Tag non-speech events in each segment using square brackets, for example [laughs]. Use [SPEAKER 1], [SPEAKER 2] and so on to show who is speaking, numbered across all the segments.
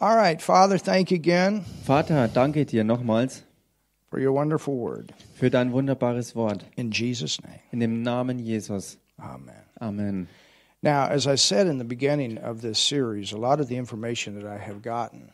[SPEAKER 1] All right, Father, thank you again
[SPEAKER 2] Vater, danke dir nochmals
[SPEAKER 1] for your wonderful word.
[SPEAKER 2] für dein wunderbares Wort.
[SPEAKER 1] In Jesus' name,
[SPEAKER 2] In dem Namen Jesus.
[SPEAKER 1] amen.
[SPEAKER 2] Amen.
[SPEAKER 1] Now, as I said in the beginning of this series, a lot of the information that I have gotten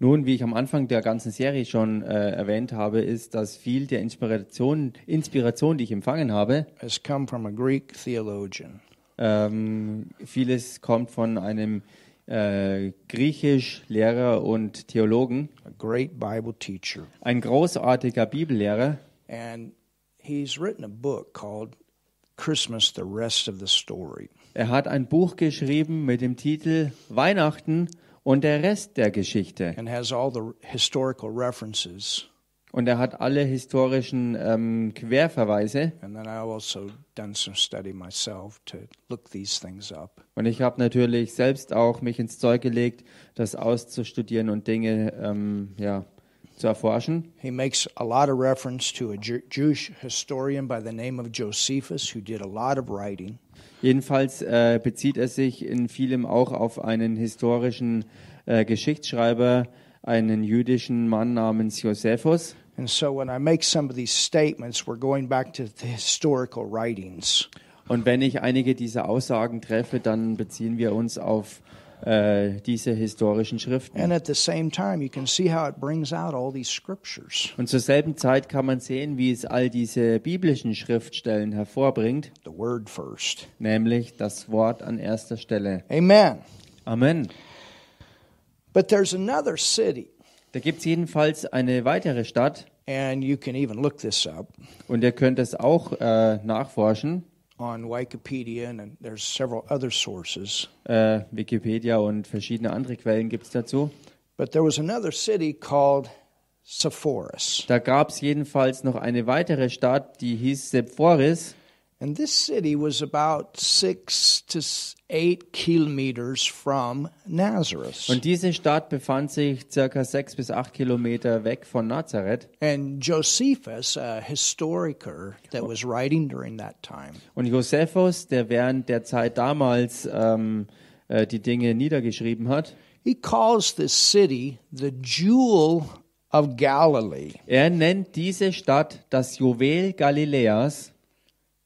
[SPEAKER 2] Nun, wie ich am Anfang der ganzen Serie schon äh, erwähnt habe, ist, dass viel der Inspiration, Inspiration die ich empfangen habe,
[SPEAKER 1] has come from a Greek theologian.
[SPEAKER 2] ähm, vieles kommt von einem äh, Griechisch-Lehrer und Theologen,
[SPEAKER 1] a great Bible teacher,
[SPEAKER 2] ein großartiger Bibellehrer.
[SPEAKER 1] and he's written a book called Christmas The Rest of the Story.
[SPEAKER 2] Er hat ein Buch geschrieben mit dem Titel Weihnachten und der Rest der Geschichte.
[SPEAKER 1] and has all the historical references.
[SPEAKER 2] Und er hat alle historischen ähm, Querverweise.
[SPEAKER 1] And then I also done some study myself to look these things up.
[SPEAKER 2] Und ich habe natürlich selbst auch mich ins Zeug gelegt, das auszustudieren und Dinge ähm, ja, zu erforschen.
[SPEAKER 1] He makes a lot of reference to a Ju- Jewish historian by the name of Josephus, who did a lot of writing.
[SPEAKER 2] Jedenfalls äh, bezieht er sich in vielem auch auf einen historischen äh, Geschichtsschreiber, einen jüdischen Mann namens Josephus.
[SPEAKER 1] And so when I make some of these statements, we're going back to the historical writings.
[SPEAKER 2] Und wenn ich einige dieser Aussagen treffe, dann beziehen wir uns auf äh, diese historischen Schriften.
[SPEAKER 1] And at the same time, you can see how it brings out all these scriptures
[SPEAKER 2] Und zur selben Zeit kann man sehen, wie es all diese biblischen Schriftstellen hervorbringt,
[SPEAKER 1] the word first.
[SPEAKER 2] nämlich das Wort an erster Stelle.
[SPEAKER 1] Amen.
[SPEAKER 2] Amen.
[SPEAKER 1] But there's another city,
[SPEAKER 2] Da gibt es jedenfalls eine weitere Stadt
[SPEAKER 1] and you can even look this up.
[SPEAKER 2] und ihr könnt es auch äh, nachforschen,
[SPEAKER 1] on Wikipedia, and there's several other sources.
[SPEAKER 2] äh, Wikipedia und verschiedene andere Quellen gibt es dazu.
[SPEAKER 1] But there was another city called Sepphoris.
[SPEAKER 2] Da gab es jedenfalls noch eine weitere Stadt, die hieß Sephoris
[SPEAKER 1] And this city was about six to s- eight kilometers from Nazareth.
[SPEAKER 2] und diese Stadt befand sich circa sechs bis acht Kilometer weg von Nazareth.
[SPEAKER 1] And Josephus, a historiker that was writing during that time,
[SPEAKER 2] Und Josephus, der während der Zeit damals ähm, äh, die Dinge niedergeschrieben hat,
[SPEAKER 1] he calls this city the Jewel of Galilee.
[SPEAKER 2] er nennt diese Stadt das Juwel Galiläas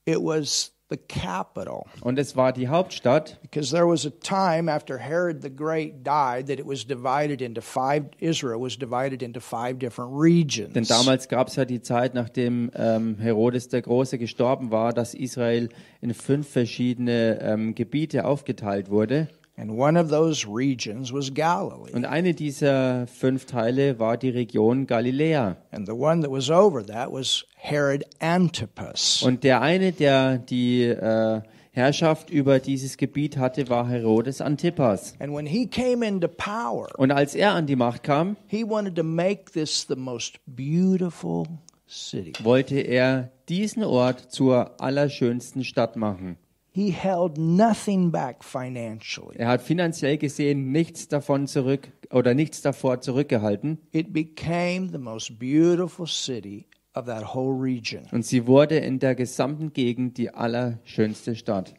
[SPEAKER 1] It was the capital
[SPEAKER 2] und es war die Hauptstadt
[SPEAKER 1] Because there was a time after Herod the Great died that it was divided into five, Israel was divided into five different regions.
[SPEAKER 2] Denn damals gab es ja die Zeit, nachdem ähm, Herodes der Große gestorben war, dass Israel in fünf verschiedene ähm, Gebiete aufgeteilt wurde.
[SPEAKER 1] and one of those regions was Galilee.
[SPEAKER 2] Und eine dieser fünf Teile war die Region Galiläa.
[SPEAKER 1] And the one that was over that was Herod Antipas.
[SPEAKER 2] Und der eine, der die äh, Herrschaft über dieses Gebiet hatte, war Herodes Antipas.
[SPEAKER 1] And when he came into power,
[SPEAKER 2] Und als er an die Macht kam,
[SPEAKER 1] he wanted to make this the most beautiful city.
[SPEAKER 2] wollte er diesen Ort zur allerschönsten Stadt machen.
[SPEAKER 1] He held nothing back financially.
[SPEAKER 2] Er hat finanziell gesehen nichts davon zurück oder nichts davor zurückgehalten.
[SPEAKER 1] It became the most beautiful city of that whole region.
[SPEAKER 2] Und sie wurde in der gesamten Gegend die allerschönste Stadt.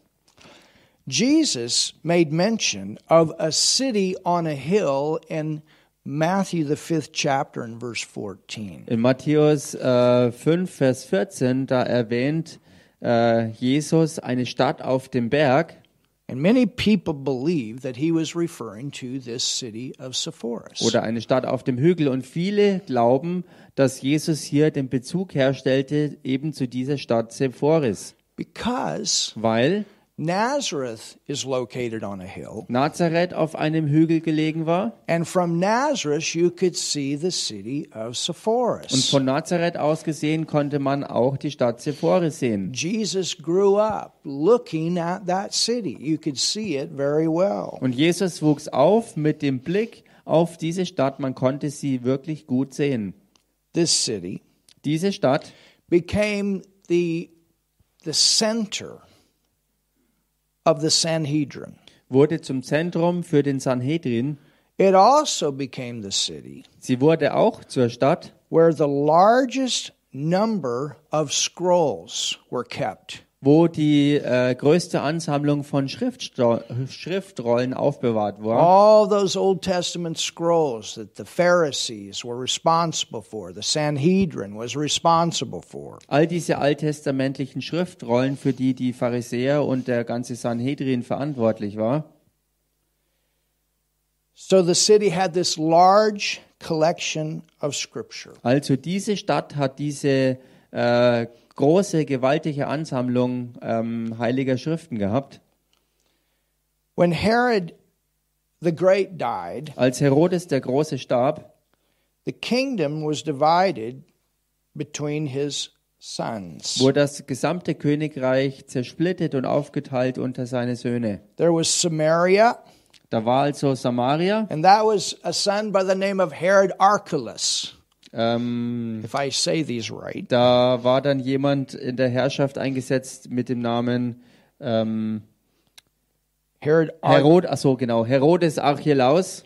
[SPEAKER 1] Jesus made mention of a city on a hill in Matthew, the fifth chapter, and verse 14.
[SPEAKER 2] In Matthäus äh, 5, Vers 14, da erwähnt äh, Jesus eine Stadt auf dem Berg.
[SPEAKER 1] And many people believe that he was referring to this city of Sepphoris.
[SPEAKER 2] Oder eine Stadt auf dem Hügel. Und viele glauben, dass Jesus hier den Bezug herstellte eben zu dieser Stadt Sephoris,
[SPEAKER 1] Because
[SPEAKER 2] weil
[SPEAKER 1] Nazareth is located on a hill,
[SPEAKER 2] Nazareth auf einem Hügel gelegen war.
[SPEAKER 1] and from Nazareth you could see the city of
[SPEAKER 2] Und
[SPEAKER 1] Sepphoris.
[SPEAKER 2] von Nazareth aus gesehen konnte man auch die Stadt Sephoris sehen.
[SPEAKER 1] Jesus grew up looking at that city. You could see it very well.
[SPEAKER 2] Und Jesus wuchs auf mit dem Blick auf diese Stadt. Man konnte sie wirklich gut sehen.
[SPEAKER 1] This city
[SPEAKER 2] Diese Stadt
[SPEAKER 1] became the, the center of the Sanhedrin.
[SPEAKER 2] wurde zum Zentrum für den Sanhedrin.
[SPEAKER 1] It also became the city
[SPEAKER 2] Sie wurde auch zur Stadt,
[SPEAKER 1] where the largest number of scrolls were kept.
[SPEAKER 2] wo die äh, größte Ansammlung von Schriftsto Schriftrollen aufbewahrt war.
[SPEAKER 1] All those Old Testament scrolls that the Pharisees were responsible for, the Sanhedrin was responsible for.
[SPEAKER 2] All diese alttestamentlichen Schriftrollen, für die die Pharisäer und der ganze Sanhedrin verantwortlich war.
[SPEAKER 1] So the city had this large collection of scripture.
[SPEAKER 2] Also diese Stadt hat diese äh, große, gewaltige Ansammlung ähm, heiliger Schriften gehabt.
[SPEAKER 1] When Herod the Great died,
[SPEAKER 2] Als Herodes der Große starb,
[SPEAKER 1] the kingdom was divided between his sons.
[SPEAKER 2] wurde das gesamte Königreich zersplittet und aufgeteilt unter seine Söhne.
[SPEAKER 1] There was Samaria,
[SPEAKER 2] Da war also Samaria,
[SPEAKER 1] and that was a son by the name of Herod Archelaus,
[SPEAKER 2] ähm,
[SPEAKER 1] if I say these right.
[SPEAKER 2] da war dann jemand in der Herrschaft eingesetzt mit dem Namen ähm,
[SPEAKER 1] Herod Ar-
[SPEAKER 2] Herod, ach so, genau, Herodes Archelaus,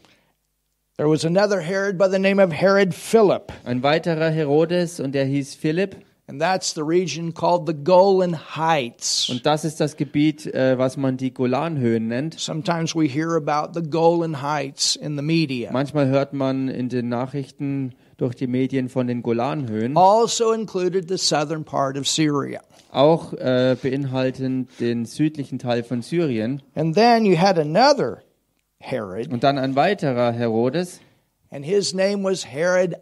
[SPEAKER 1] There was another Herod by the name of Herod Philip,
[SPEAKER 2] ein weiterer Herodes und der hieß Philipp.
[SPEAKER 1] and that's the region called the Golan Heights.
[SPEAKER 2] Und das ist das Gebiet, äh, was man die Golanhöhen nennt.
[SPEAKER 1] Sometimes we hear about the Golan Heights in the media.
[SPEAKER 2] Manchmal hört man in den Nachrichten durch die Medien von den Golanhöhen,
[SPEAKER 1] Also included the southern part of Syria.
[SPEAKER 2] auch äh, beinhaltend den südlichen Teil von Syrien.
[SPEAKER 1] And then you had another Herod,
[SPEAKER 2] Und dann ein weiterer Herodes,
[SPEAKER 1] and his name was Herod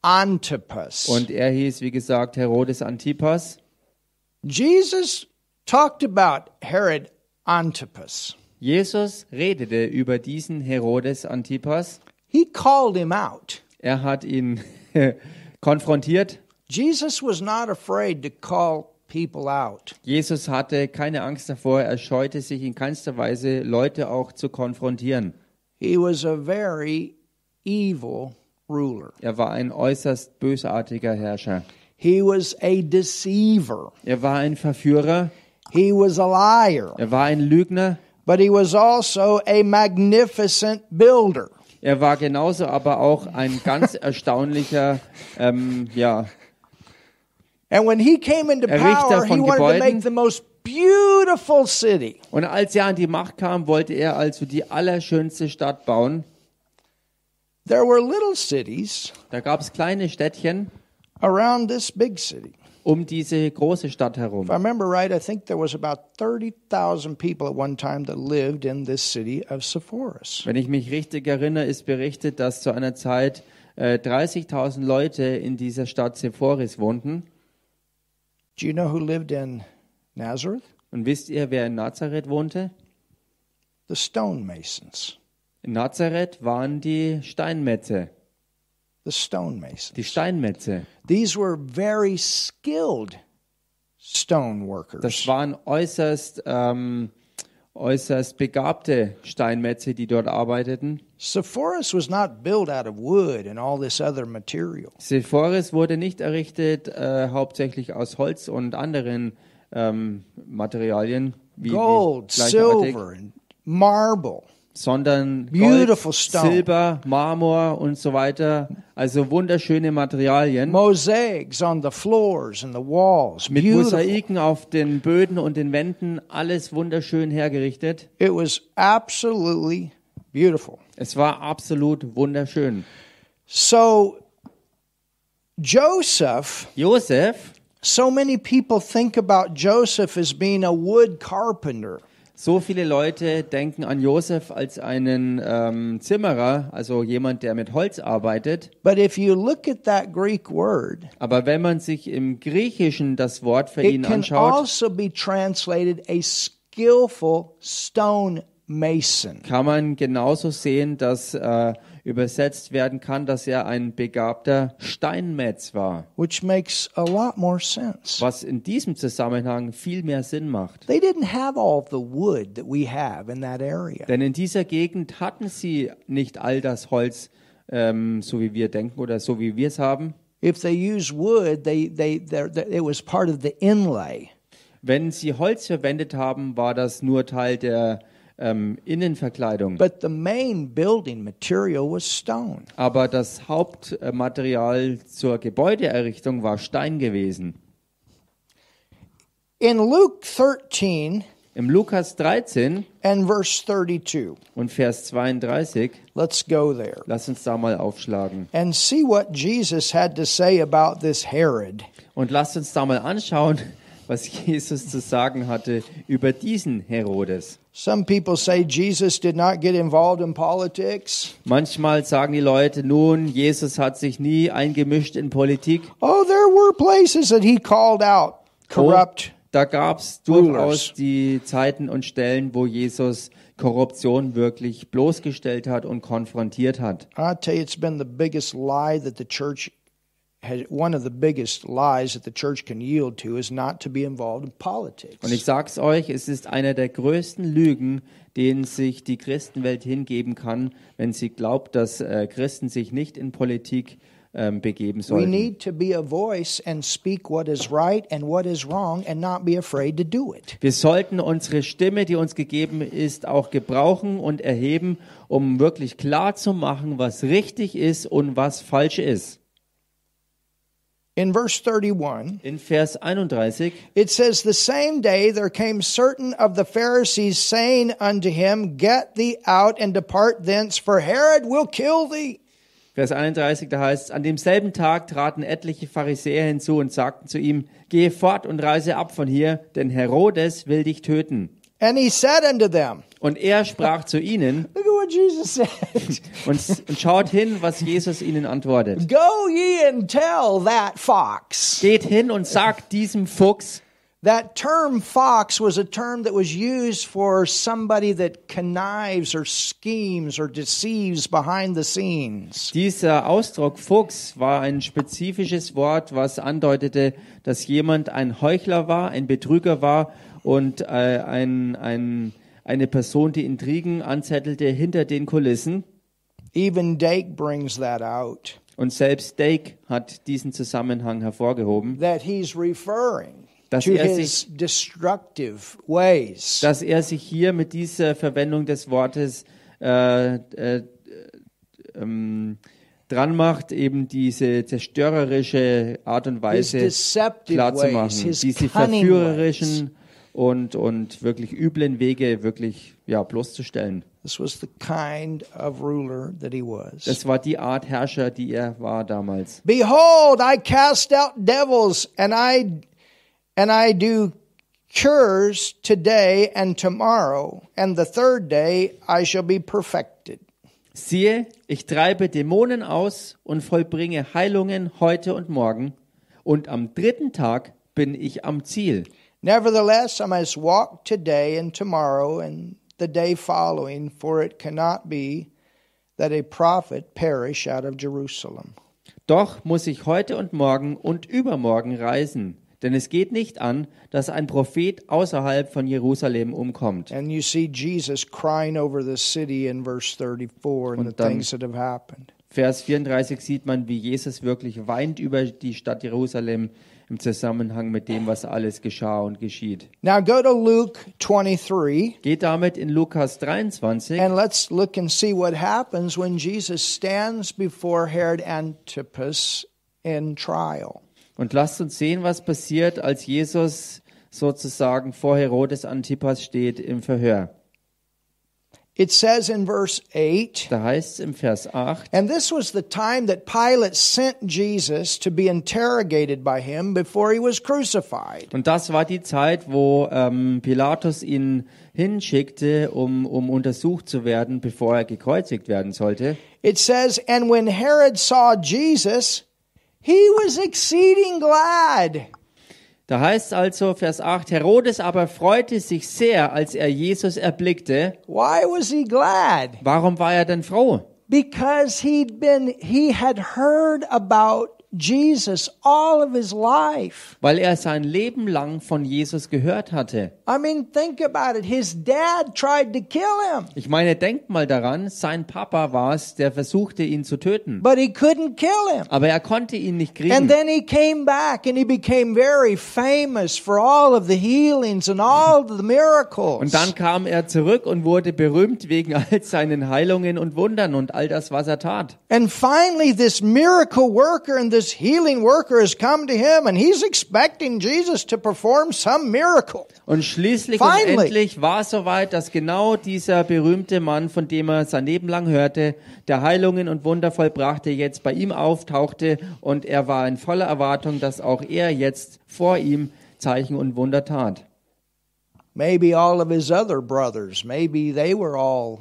[SPEAKER 1] Antipas.
[SPEAKER 2] und er hieß, wie gesagt, Herodes Antipas.
[SPEAKER 1] Jesus talked about Herod Antipas.
[SPEAKER 2] Jesus redete über diesen Herodes Antipas.
[SPEAKER 1] He called him out.
[SPEAKER 2] Er hat ihn [laughs] konfrontiert.
[SPEAKER 1] Jesus was not afraid to call people out.
[SPEAKER 2] Jesus hatte keine Angst davor, er scheute sich in keinster Weise, Leute auch zu konfrontieren.
[SPEAKER 1] He was a very evil ruler.
[SPEAKER 2] Er war ein äußerst bösartiger Herrscher.
[SPEAKER 1] He was a deceiver.
[SPEAKER 2] Er war ein Verführer,
[SPEAKER 1] He was a liar.
[SPEAKER 2] Er war ein Lügner,
[SPEAKER 1] But he was also a magnificent builder.
[SPEAKER 2] er war genauso aber auch ein ganz erstaunlicher ähm, ja,
[SPEAKER 1] And when he came into
[SPEAKER 2] Errichter
[SPEAKER 1] power, he
[SPEAKER 2] von
[SPEAKER 1] wanted to
[SPEAKER 2] Gebäuden.
[SPEAKER 1] make the most beautiful city.
[SPEAKER 2] Und als er an die Macht kam, wollte er also die allerschönste Stadt bauen.
[SPEAKER 1] There were little cities
[SPEAKER 2] Da gab es kleine Städtchen
[SPEAKER 1] around this big city.
[SPEAKER 2] um diese große Stadt
[SPEAKER 1] If I
[SPEAKER 2] herum.
[SPEAKER 1] remember right, I think there was about 30,000 people at one time that lived in this city of Sepphoris.
[SPEAKER 2] Wenn ich mich richtig erinnere, ist berichtet, dass zu einer Zeit äh, 30.000 Leute in dieser Stadt Sephoris wohnten.
[SPEAKER 1] Do you know who lived in Nazareth?
[SPEAKER 2] Und wisst ihr, wer in Nazareth wohnte?
[SPEAKER 1] The stonemasons.
[SPEAKER 2] In Nazareth waren die Steinmetze,
[SPEAKER 1] The stonemasons.
[SPEAKER 2] die Steinmetze.
[SPEAKER 1] These were very skilled stone
[SPEAKER 2] Das
[SPEAKER 1] workers.
[SPEAKER 2] waren äußerst, ähm, äußerst begabte Steinmetze, die dort arbeiteten.
[SPEAKER 1] Sepphoris was not built out of wood and all this other material.
[SPEAKER 2] Sephoris wurde nicht errichtet, äh, hauptsächlich aus Holz und anderen ähm, Materialien, wie,
[SPEAKER 1] Gold,
[SPEAKER 2] wie gleichartig,
[SPEAKER 1] silver, and marble.
[SPEAKER 2] sondern
[SPEAKER 1] Beautiful
[SPEAKER 2] Gold,
[SPEAKER 1] stone.
[SPEAKER 2] Silber, Marmor und so weiter. Also wunderschöne Materialien
[SPEAKER 1] Mosaics on the floors and the walls.
[SPEAKER 2] mit
[SPEAKER 1] Beautiful.
[SPEAKER 2] Mosaiken auf den Böden und den Wänden, alles wunderschön hergerichtet.
[SPEAKER 1] It was absolutely beautiful.
[SPEAKER 2] Es war absolut wunderschön.
[SPEAKER 1] So, Joseph,
[SPEAKER 2] Josef
[SPEAKER 1] so many people think about Joseph as being a wood carpenter.
[SPEAKER 2] So viele Leute denken an Josef als einen ähm, Zimmerer, also jemand, der mit Holz arbeitet.
[SPEAKER 1] But if you look at that Greek word,
[SPEAKER 2] Aber wenn man sich im Griechischen das Wort für
[SPEAKER 1] it
[SPEAKER 2] ihn
[SPEAKER 1] can
[SPEAKER 2] anschaut,
[SPEAKER 1] also be translated a skillful stone mason.
[SPEAKER 2] kann man genauso sehen, dass äh, übersetzt werden kann, dass er ein begabter Steinmetz war,
[SPEAKER 1] which makes a lot more sense.
[SPEAKER 2] was in diesem Zusammenhang viel mehr Sinn macht.
[SPEAKER 1] They didn't have all the wood that we have in that area.
[SPEAKER 2] Denn in dieser Gegend hatten sie nicht all das Holz, ähm, so wie wir denken oder so wie wir es haben.
[SPEAKER 1] If they used wood, they, they, they're- they, it was part of the inlay.
[SPEAKER 2] Wenn sie Holz verwendet haben, war das nur Teil der ähm, Innenverkleidung.
[SPEAKER 1] But the main building material was stone.
[SPEAKER 2] Aber das Hauptmaterial zur Gebäudeerrichtung war Stein gewesen.
[SPEAKER 1] In Luke 13
[SPEAKER 2] Im Lukas 13
[SPEAKER 1] and verse 32,
[SPEAKER 2] und Vers 32,
[SPEAKER 1] let's go there
[SPEAKER 2] lass uns da mal aufschlagen.
[SPEAKER 1] and see what Jesus had to say about this Herod.
[SPEAKER 2] Und lasst uns da mal anschauen, was Jesus zu sagen hatte über diesen Herodes.
[SPEAKER 1] Some people say Jesus did not get involved in politics.
[SPEAKER 2] Manchmal sagen die Leute, nun, Jesus hat sich nie eingemischt in Politik.
[SPEAKER 1] Oh, there were places that he called out corrupt.
[SPEAKER 2] Da gab es durchaus die Zeiten und Stellen, wo Jesus Korruption wirklich bloßgestellt hat und konfrontiert hat.
[SPEAKER 1] I tell you, it's been the biggest lie that the church has. One of the biggest lies that the church can yield to is not to be involved in politics.
[SPEAKER 2] Und ich sag's euch, es ist einer der größten Lügen, denen sich die Christenwelt hingeben kann, wenn sie glaubt, dass äh, Christen sich nicht in Politik ähm, begeben
[SPEAKER 1] we
[SPEAKER 2] sollten.
[SPEAKER 1] need to be a voice and speak what is right and what is wrong and not be afraid to do it.
[SPEAKER 2] Wir sollten unsere Stimme, die uns gegeben ist, auch gebrauchen und erheben, um wirklich klar zu machen, was richtig ist und was falsch ist.
[SPEAKER 1] In verse 31,
[SPEAKER 2] In Vers 31
[SPEAKER 1] it says, The same day there came certain of the Pharisees saying unto him, Get thee out and depart thence, for Herod will kill thee.
[SPEAKER 2] Vers 31, da heißt es, an demselben Tag traten etliche Pharisäer hinzu und sagten zu ihm, gehe fort und reise ab von hier, denn Herodes will dich töten.
[SPEAKER 1] And he said unto them,
[SPEAKER 2] Und er sprach zu ihnen
[SPEAKER 1] Look at what Jesus said.
[SPEAKER 2] und, und schaut hin, was Jesus ihnen
[SPEAKER 1] [laughs]
[SPEAKER 2] antwortet.
[SPEAKER 1] Go ye and tell that fox.
[SPEAKER 2] Geht hin und sagt diesem Fuchs,
[SPEAKER 1] That term fox was a term that was used for somebody that connives or schemes or deceives behind the scenes.
[SPEAKER 2] dieser Ausdruck Fuchs war ein spezifisches Wort, was andeutete, dass jemand ein Heuchler war, ein Betrüger war und äh, ein, ein, eine Person, die Intrigen anzettelte hinter den Kulissen.
[SPEAKER 1] Even Dake brings that out
[SPEAKER 2] Und selbst Dake hat diesen Zusammenhang hervorgehoben,
[SPEAKER 1] that he's referring
[SPEAKER 2] Dass
[SPEAKER 1] to
[SPEAKER 2] er sich-
[SPEAKER 1] his destructive ways.
[SPEAKER 2] dass er sich hier mit dieser Verwendung des Wortes äh, äh, ähm, dran macht, eben diese zerstörerische Art und
[SPEAKER 1] His
[SPEAKER 2] Weise
[SPEAKER 1] deceptive
[SPEAKER 2] klar zu
[SPEAKER 1] ways,
[SPEAKER 2] machen,
[SPEAKER 1] his
[SPEAKER 2] diese
[SPEAKER 1] cunning ways.
[SPEAKER 2] verführerischen und, und wirklich üblen Wege wirklich ja, bloßzustellen.
[SPEAKER 1] This was the kind of ruler that he was.
[SPEAKER 2] Das war die Art Herrscher, die er war damals.
[SPEAKER 1] Behold, I cast out devils, and I and I do cures today and tomorrow, and the third day I shall be perfected.
[SPEAKER 2] Siehe, ich treibe Dämonen aus und vollbringe Heilungen heute und morgen, und am dritten Tag bin ich am Ziel.
[SPEAKER 1] Nevertheless, I must walk today and tomorrow and the day following, for it cannot be that a prophet perish out of Jerusalem.
[SPEAKER 2] Doch muss ich heute und morgen und übermorgen reisen, denn es geht nicht an, dass ein Prophet außerhalb von Jerusalem umkommt.
[SPEAKER 1] And you see Jesus crying over the city in verse 34 and the
[SPEAKER 2] dann-
[SPEAKER 1] things that have happened.
[SPEAKER 2] Vers 34 sieht man, wie Jesus wirklich weint über die Stadt Jerusalem im Zusammenhang mit dem, was alles geschah und geschieht.
[SPEAKER 1] Now go to Luke 23.
[SPEAKER 2] Geht damit in Lukas 23
[SPEAKER 1] And let's look and see what happens when Jesus stands before Herod Antipas in trial.
[SPEAKER 2] Und lasst uns sehen, was passiert, als Jesus sozusagen vor Herodes Antipas steht im Verhör.
[SPEAKER 1] It says in verse 8
[SPEAKER 2] Da heißt es im Vers 8,
[SPEAKER 1] And this was the time that Pilate sent Jesus to be interrogated by him before he was crucified.
[SPEAKER 2] und das war die Zeit, wo ähm, Pilatus ihn hinschickte, um, um untersucht zu werden, bevor er gekreuzigt werden sollte.
[SPEAKER 1] It says, And when Herod saw Jesus, he was exceeding glad.
[SPEAKER 2] Da heißt es also, Vers 8, Herodes aber freute sich sehr, als er Jesus erblickte.
[SPEAKER 1] Why was he glad?
[SPEAKER 2] Warum war er denn froh?
[SPEAKER 1] Because he'd been, he had heard about Jesus all of his life.
[SPEAKER 2] Weil er sein Leben lang von Jesus gehört hatte.
[SPEAKER 1] I mean, think about it. His dad tried to kill him,
[SPEAKER 2] Ich meine, denkt mal daran, sein Papa war es, der versuchte, ihn zu töten.
[SPEAKER 1] but he couldn't kill him.
[SPEAKER 2] Aber er konnte ihn nicht
[SPEAKER 1] And
[SPEAKER 2] kriegen.
[SPEAKER 1] then he came back and he became very famous for all of the healings and all of the miracles.
[SPEAKER 2] Und dann kam er zurück und wurde berühmt wegen all seinen Heilungen und Wundern und all das, was er tat.
[SPEAKER 1] and finally, this miracle worker and the this healing worker has come to him and he's expecting Jesus to perform some miracle.
[SPEAKER 2] Und schließlich
[SPEAKER 1] Finally.
[SPEAKER 2] und endlich war es soweit, dass genau dieser berühmte Mann, von dem er sein Leben lang hörte, der Heilungen und Wunder vollbrachte, jetzt bei ihm auftauchte und er war in voller Erwartung, dass auch er jetzt vor ihm Zeichen und Wunder tat.
[SPEAKER 1] Maybe all of his other brothers, maybe they were all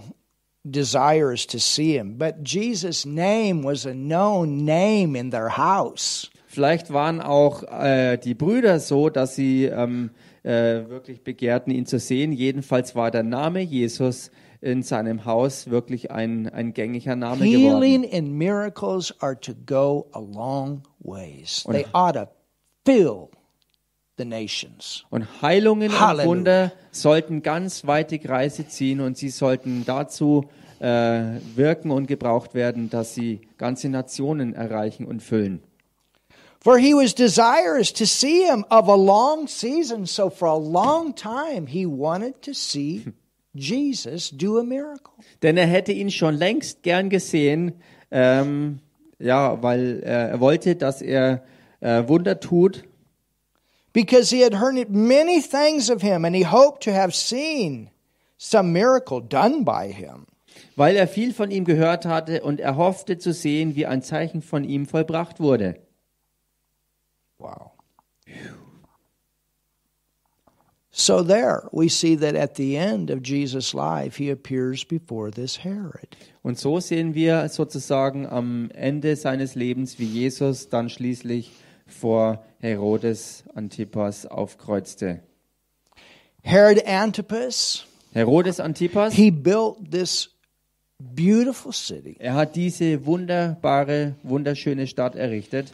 [SPEAKER 1] desirous to see him. But Jesus' name was a known name in their house.
[SPEAKER 2] Vielleicht waren auch äh, die Brüder so, dass sie ähm, äh, wirklich begehrten, ihn zu sehen. Jedenfalls war der Name Jesus in seinem Haus wirklich ein, ein gängiger Name geworden.
[SPEAKER 1] Healing and miracles are to go a long ways. They ought to fill the nations.
[SPEAKER 2] Und Heilungen
[SPEAKER 1] Halleluja.
[SPEAKER 2] und Wunder sollten ganz weite Kreise ziehen und sie sollten dazu äh, wirken und gebraucht werden, dass sie ganze Nationen erreichen und füllen.
[SPEAKER 1] For he was desirous to see him of a long season. So for a long time, he wanted to see Jesus do a miracle.
[SPEAKER 2] Denn er hätte ihn schon längst gern gesehen, ähm, ja, weil äh, er wollte, dass er äh, Wunder tut.
[SPEAKER 1] Because he had heard many things of him and he hoped to have seen some miracle done by him.
[SPEAKER 2] weil er viel von ihm gehört hatte und er hoffte zu sehen, wie ein Zeichen von ihm vollbracht wurde.
[SPEAKER 1] Wow. So there we see that at the end of Jesus' life, he appears before this Herod.
[SPEAKER 2] Und so sehen wir sozusagen am Ende seines Lebens, wie Jesus dann schließlich vor Herodes Antipas aufkreuzte.
[SPEAKER 1] Herod Antipas,
[SPEAKER 2] Herodes Antipas,
[SPEAKER 1] he built this beautiful city.
[SPEAKER 2] er hat diese wunderbare, wunderschöne Stadt errichtet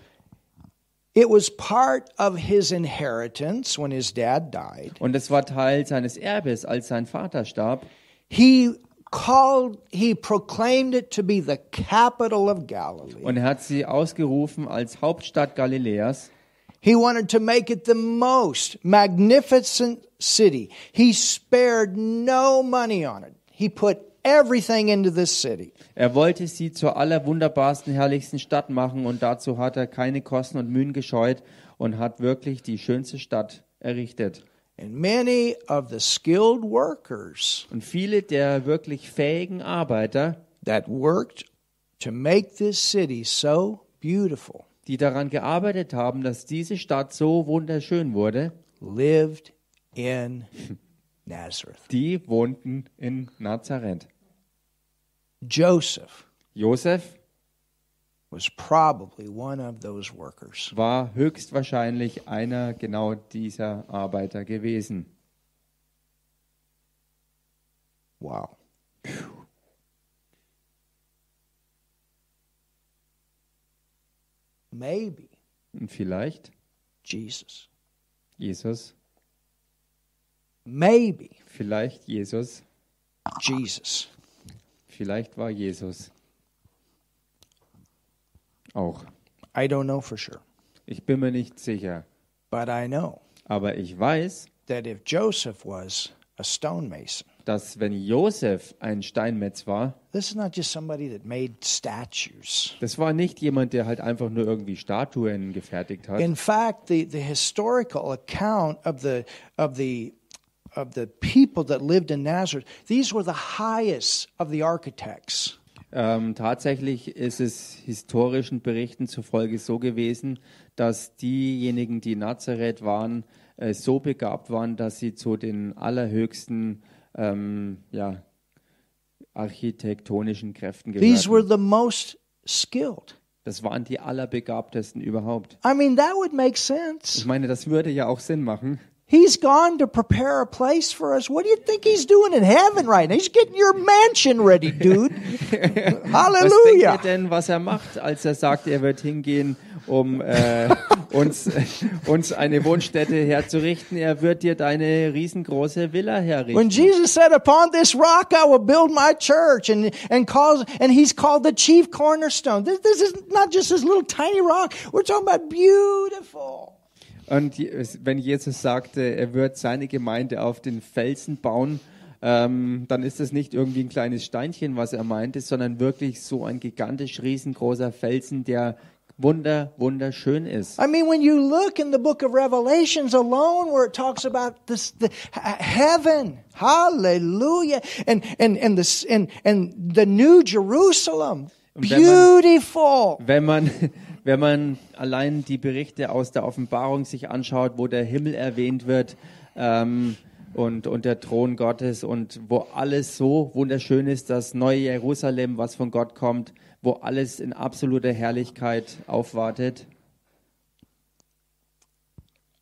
[SPEAKER 1] It was part of his inheritance when his dad died.
[SPEAKER 2] und es war Teil seines Erbes, als sein Vater starb.
[SPEAKER 1] He called, he proclaimed it to be the capital of Galilee.
[SPEAKER 2] Und er hat sie ausgerufen als Hauptstadt Galiläas.
[SPEAKER 1] He wanted to make it the most magnificent city. He spared no money on it. He put everything into this city.
[SPEAKER 2] Er wollte sie zur allerwunderbarsten, herrlichsten Stadt machen und dazu hat er keine Kosten und Mühen gescheut und hat wirklich die schönste Stadt errichtet.
[SPEAKER 1] And many of the skilled workers
[SPEAKER 2] Und viele der wirklich fähigen Arbeiter,
[SPEAKER 1] that worked to make this city so beautiful
[SPEAKER 2] die daran gearbeitet haben, dass diese Stadt so wunderschön wurde,
[SPEAKER 1] lived in Nazareth.
[SPEAKER 2] die wohnten in Nazareth.
[SPEAKER 1] Joseph
[SPEAKER 2] Josef
[SPEAKER 1] was probably one of those workers.
[SPEAKER 2] war höchstwahrscheinlich einer genau dieser Arbeiter gewesen.
[SPEAKER 1] Wow. Maybe
[SPEAKER 2] Und vielleicht
[SPEAKER 1] Jesus.
[SPEAKER 2] Jesus,
[SPEAKER 1] Maybe
[SPEAKER 2] vielleicht Jesus,
[SPEAKER 1] Jesus.
[SPEAKER 2] vielleicht war Jesus auch.
[SPEAKER 1] I don't know for sure,
[SPEAKER 2] Ich bin mir nicht sicher,
[SPEAKER 1] but I know
[SPEAKER 2] aber ich weiß,
[SPEAKER 1] that if Joseph was a stonemason,
[SPEAKER 2] dass wenn Josef ein Steinmetz war,
[SPEAKER 1] this is not just somebody that made statues.
[SPEAKER 2] das war nicht jemand, der halt einfach nur irgendwie Statuen gefertigt hat.
[SPEAKER 1] In fact, the, the historical account of the of the of the people that lived in Nazareth, these were the highest of the architects.
[SPEAKER 2] Ähm, tatsächlich ist es historischen Berichten zufolge so gewesen, dass diejenigen, die in Nazareth waren, äh, so begabt waren, dass sie zu den allerhöchsten ähm, ja, architektonischen Kräften
[SPEAKER 1] These were
[SPEAKER 2] gehörten.
[SPEAKER 1] the most skilled.
[SPEAKER 2] Das waren die allerbegabtesten überhaupt.
[SPEAKER 1] I mean, that would make
[SPEAKER 2] Ich
[SPEAKER 1] sense.
[SPEAKER 2] meine, das würde ja auch Sinn machen.
[SPEAKER 1] He's gone to prepare a place for us. What do you think he's doing in heaven right now? He's getting your mansion ready, dude.
[SPEAKER 2] Was denkt ihr
[SPEAKER 1] Hallelujah.
[SPEAKER 2] denn, was er macht, als er sagt, er wird hingehen, um äh, [laughs] uns, uns eine Wohnstätte herzurichten? Er wird dir deine riesengroße Villa herrichten.
[SPEAKER 1] When Jesus said, Upon this rock I will build my church, and, and calls and he's called the chief cornerstone. This, this is not just this little tiny rock. We're talking about beautiful.
[SPEAKER 2] Und Je- es- wenn Jesus sagte, er wird seine Gemeinde auf den Felsen bauen, ähm, dann ist das nicht irgendwie ein kleines Steinchen, was er meinte, sondern wirklich so ein gigantisch riesengroßer Felsen, der wunder, wunderschön ist.
[SPEAKER 1] I mean, when you look in the book of Revelations alone, where it talks about this, the he- heaven, hallelujah, and and and this and and the New Jerusalem,
[SPEAKER 2] wenn man-
[SPEAKER 1] beautiful.
[SPEAKER 2] Wenn man, [laughs] wenn man allein die Berichte aus der Offenbarung sich anschaut, wo der Himmel erwähnt wird ähm, und, und der Thron Gottes und wo alles so wunderschön ist, das neue Jerusalem, was von Gott kommt, wo alles in absoluter Herrlichkeit aufwartet.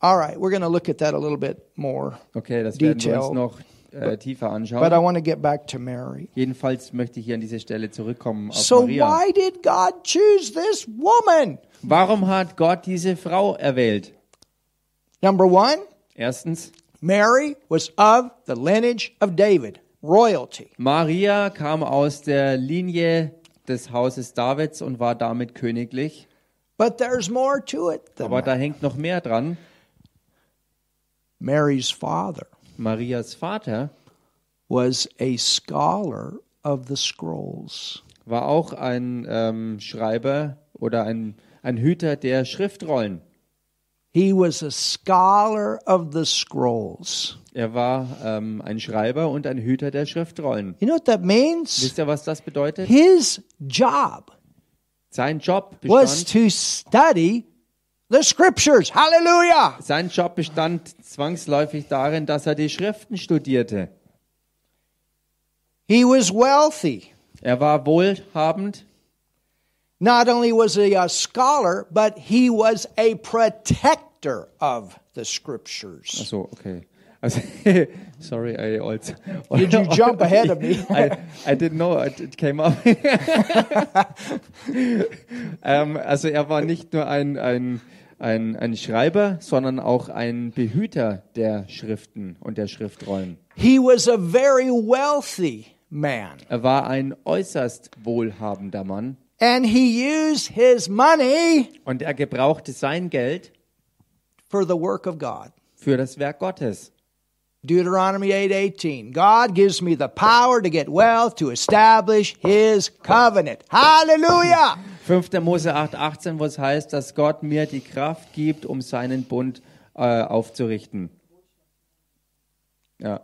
[SPEAKER 1] All right, we're going to look at that a little bit more,
[SPEAKER 2] Okay, das werden wir uns
[SPEAKER 1] Detail.
[SPEAKER 2] noch äh, tiefer
[SPEAKER 1] but I
[SPEAKER 2] anschauen.
[SPEAKER 1] want to get back to Mary.
[SPEAKER 2] Jedenfalls möchte ich hier an diese Stelle zurückkommen auf
[SPEAKER 1] So
[SPEAKER 2] Maria.
[SPEAKER 1] why did God choose this woman?
[SPEAKER 2] Warum hat Gott diese Frau erwählt?
[SPEAKER 1] Number one,
[SPEAKER 2] Erstens,
[SPEAKER 1] Mary was of the lineage of David, royalty.
[SPEAKER 2] Maria kam aus der Linie des Hauses Davids und war damit königlich.
[SPEAKER 1] But there's more to it than
[SPEAKER 2] Aber
[SPEAKER 1] that.
[SPEAKER 2] da hängt noch mehr dran.
[SPEAKER 1] Mary's father
[SPEAKER 2] Marias Vater
[SPEAKER 1] was a scholar of the scrolls.
[SPEAKER 2] war auch ein ähm, Schreiber oder ein, ein Hüter der Schriftrollen.
[SPEAKER 1] He was a scholar of the scrolls.
[SPEAKER 2] Er war ähm, ein Schreiber und ein Hüter der Schriftrollen.
[SPEAKER 1] You know what that means?
[SPEAKER 2] Wisst ihr, was das bedeutet?
[SPEAKER 1] His job
[SPEAKER 2] Sein Job
[SPEAKER 1] was
[SPEAKER 2] bestand,
[SPEAKER 1] to study the scriptures. Hallelujah.
[SPEAKER 2] sein Job bestand zwangsläufig darin, dass er die Schriften studierte.
[SPEAKER 1] He was wealthy.
[SPEAKER 2] Er war wohlhabend
[SPEAKER 1] Not only was he a scholar, but he was a protector of the
[SPEAKER 2] Ach
[SPEAKER 1] scriptures.
[SPEAKER 2] so, okay. Also, [laughs] sorry, I also.
[SPEAKER 1] Did you jump ahead of me?
[SPEAKER 2] [laughs] I, I didn't know it, it came up. [laughs] ähm, also er war nicht nur ein, ein, ein, ein Schreiber, sondern auch ein Behüter der Schriften und der Schriftrollen.
[SPEAKER 1] He was a very wealthy man.
[SPEAKER 2] Er war ein äußerst wohlhabender Mann
[SPEAKER 1] And he used his money
[SPEAKER 2] und er gebrauchte sein Geld
[SPEAKER 1] for the work of God.
[SPEAKER 2] für das Werk Gottes.
[SPEAKER 1] Deuteronomy 8:18. God gives me the power to get wealth to establish his covenant. Hallelujah.
[SPEAKER 2] 5. Mose 8, 18, wo es heißt, dass Gott mir die Kraft gibt, um seinen Bund äh, aufzurichten. Ja.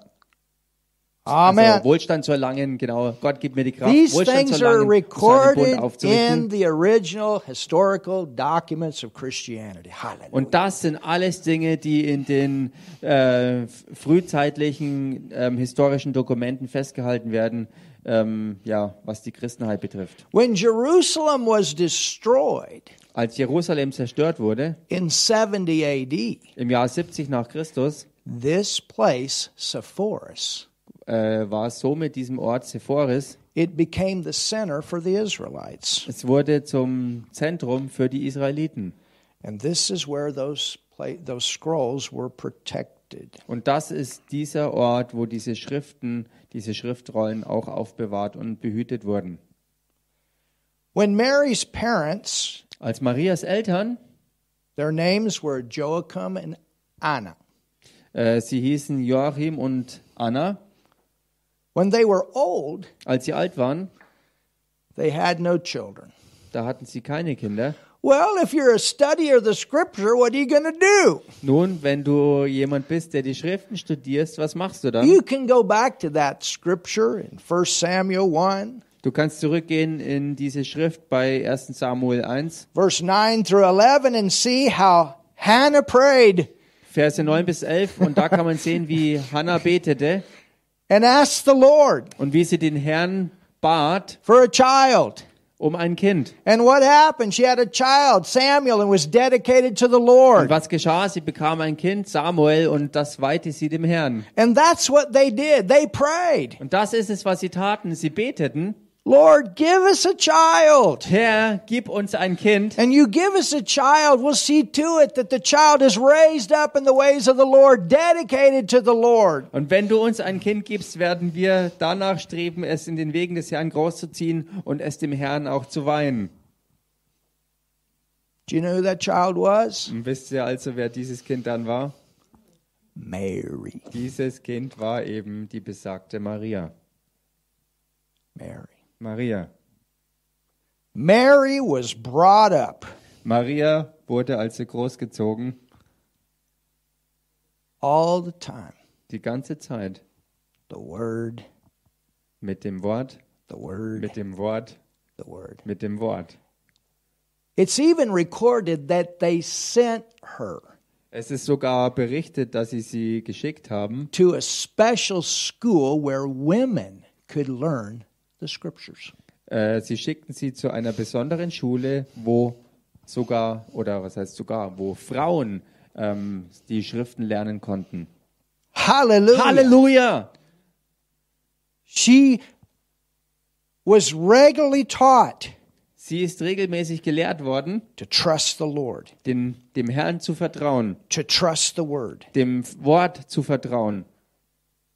[SPEAKER 2] Also
[SPEAKER 1] Amen.
[SPEAKER 2] Wohlstand zu erlangen, genau. Gott gibt mir die Kraft,
[SPEAKER 1] These
[SPEAKER 2] Wohlstand zu
[SPEAKER 1] things are
[SPEAKER 2] erlangen, um seinen Bund
[SPEAKER 1] recorded in
[SPEAKER 2] aufzurichten.
[SPEAKER 1] the original historical documents of Christianity. Hallelujah.
[SPEAKER 2] Und das sind alles Dinge, die in den äh, f- frühzeitlichen ähm, historischen Dokumenten festgehalten werden, ähm, ja, was die Christenheit betrifft.
[SPEAKER 1] When Jerusalem was destroyed
[SPEAKER 2] Als Jerusalem zerstört wurde,
[SPEAKER 1] in 70 AD,
[SPEAKER 2] im Jahr 70 nach Christus,
[SPEAKER 1] this place, Sepphoris,
[SPEAKER 2] äh, war es so mit diesem Ort Sephoris,
[SPEAKER 1] it became the center for the Israelites.
[SPEAKER 2] Es wurde zum Zentrum für die Israeliten.
[SPEAKER 1] And this is where those pla those scrolls were protected.
[SPEAKER 2] Und das ist dieser Ort, wo diese Schriften, diese Schriftrollen auch aufbewahrt und behütet wurden.
[SPEAKER 1] When Mary's parents,
[SPEAKER 2] Als Marias Eltern,
[SPEAKER 1] their names were Joachim and Anna,
[SPEAKER 2] äh, sie hießen Joachim und Anna,
[SPEAKER 1] when they were old,
[SPEAKER 2] als sie alt waren,
[SPEAKER 1] they had no children.
[SPEAKER 2] da hatten sie keine Kinder.
[SPEAKER 1] Well, if you're a studier of the scripture, what are you going to do?
[SPEAKER 2] Nun, wenn du jemand bist, der die Schriften studierst, was machst du dann?
[SPEAKER 1] You can go back to that scripture in 1 Samuel 1,
[SPEAKER 2] Du kannst zurückgehen in diese Schrift bei 1 Samuel 1,
[SPEAKER 1] verse 9 through 11, and see how Hannah prayed
[SPEAKER 2] Verse 9 bis 11 und da kann man sehen, wie Hannah betete
[SPEAKER 1] and asked the Lord
[SPEAKER 2] und wie sie den Herrn bat,
[SPEAKER 1] for a child.
[SPEAKER 2] um ein Kind.
[SPEAKER 1] And what happened? She had a child, Samuel, and was dedicated to the
[SPEAKER 2] Und
[SPEAKER 1] Lord.
[SPEAKER 2] was geschah? Sie bekam ein Kind, Samuel, und das weihte sie dem Herrn.
[SPEAKER 1] And that's what they did. They prayed,
[SPEAKER 2] Und das ist es, was sie taten. Sie beteten,
[SPEAKER 1] Lord, give us a child.
[SPEAKER 2] Herr, gib uns ein Kind.
[SPEAKER 1] And you give us a child, we'll see to it that the child is raised up in the ways of the Lord, dedicated to the Lord.
[SPEAKER 2] Und wenn du uns ein Kind gibst, werden wir danach streben, es in den Wegen des Herrn großzuziehen und es dem Herrn auch zu weihen.
[SPEAKER 1] Do you know who that child was?
[SPEAKER 2] Und wisst ihr also, wer dieses Kind dann war?
[SPEAKER 1] Mary.
[SPEAKER 2] Dieses Kind war eben die besagte Maria.
[SPEAKER 1] Mary.
[SPEAKER 2] Maria.
[SPEAKER 1] Mary was brought up
[SPEAKER 2] Maria wurde, als sie großgezogen,
[SPEAKER 1] all the time.
[SPEAKER 2] die ganze Zeit
[SPEAKER 1] The Word,
[SPEAKER 2] mit dem Wort,
[SPEAKER 1] the Word,
[SPEAKER 2] mit dem Wort,
[SPEAKER 1] the Word.
[SPEAKER 2] mit dem Wort.
[SPEAKER 1] It's even recorded that they sent her
[SPEAKER 2] Es ist sogar berichtet, dass sie sie geschickt haben
[SPEAKER 1] to a special school where women could learn the Scriptures.
[SPEAKER 2] Äh, sie schickten sie zu einer besonderen Schule, wo sogar, oder was heißt sogar, wo Frauen ähm, die Schriften lernen konnten.
[SPEAKER 1] Hallelujah.
[SPEAKER 2] Halleluja!
[SPEAKER 1] She was regularly taught
[SPEAKER 2] Sie ist regelmäßig gelehrt worden,
[SPEAKER 1] to trust the Lord,
[SPEAKER 2] dem, dem Herrn zu vertrauen,
[SPEAKER 1] to trust the Word,
[SPEAKER 2] dem Wort zu vertrauen,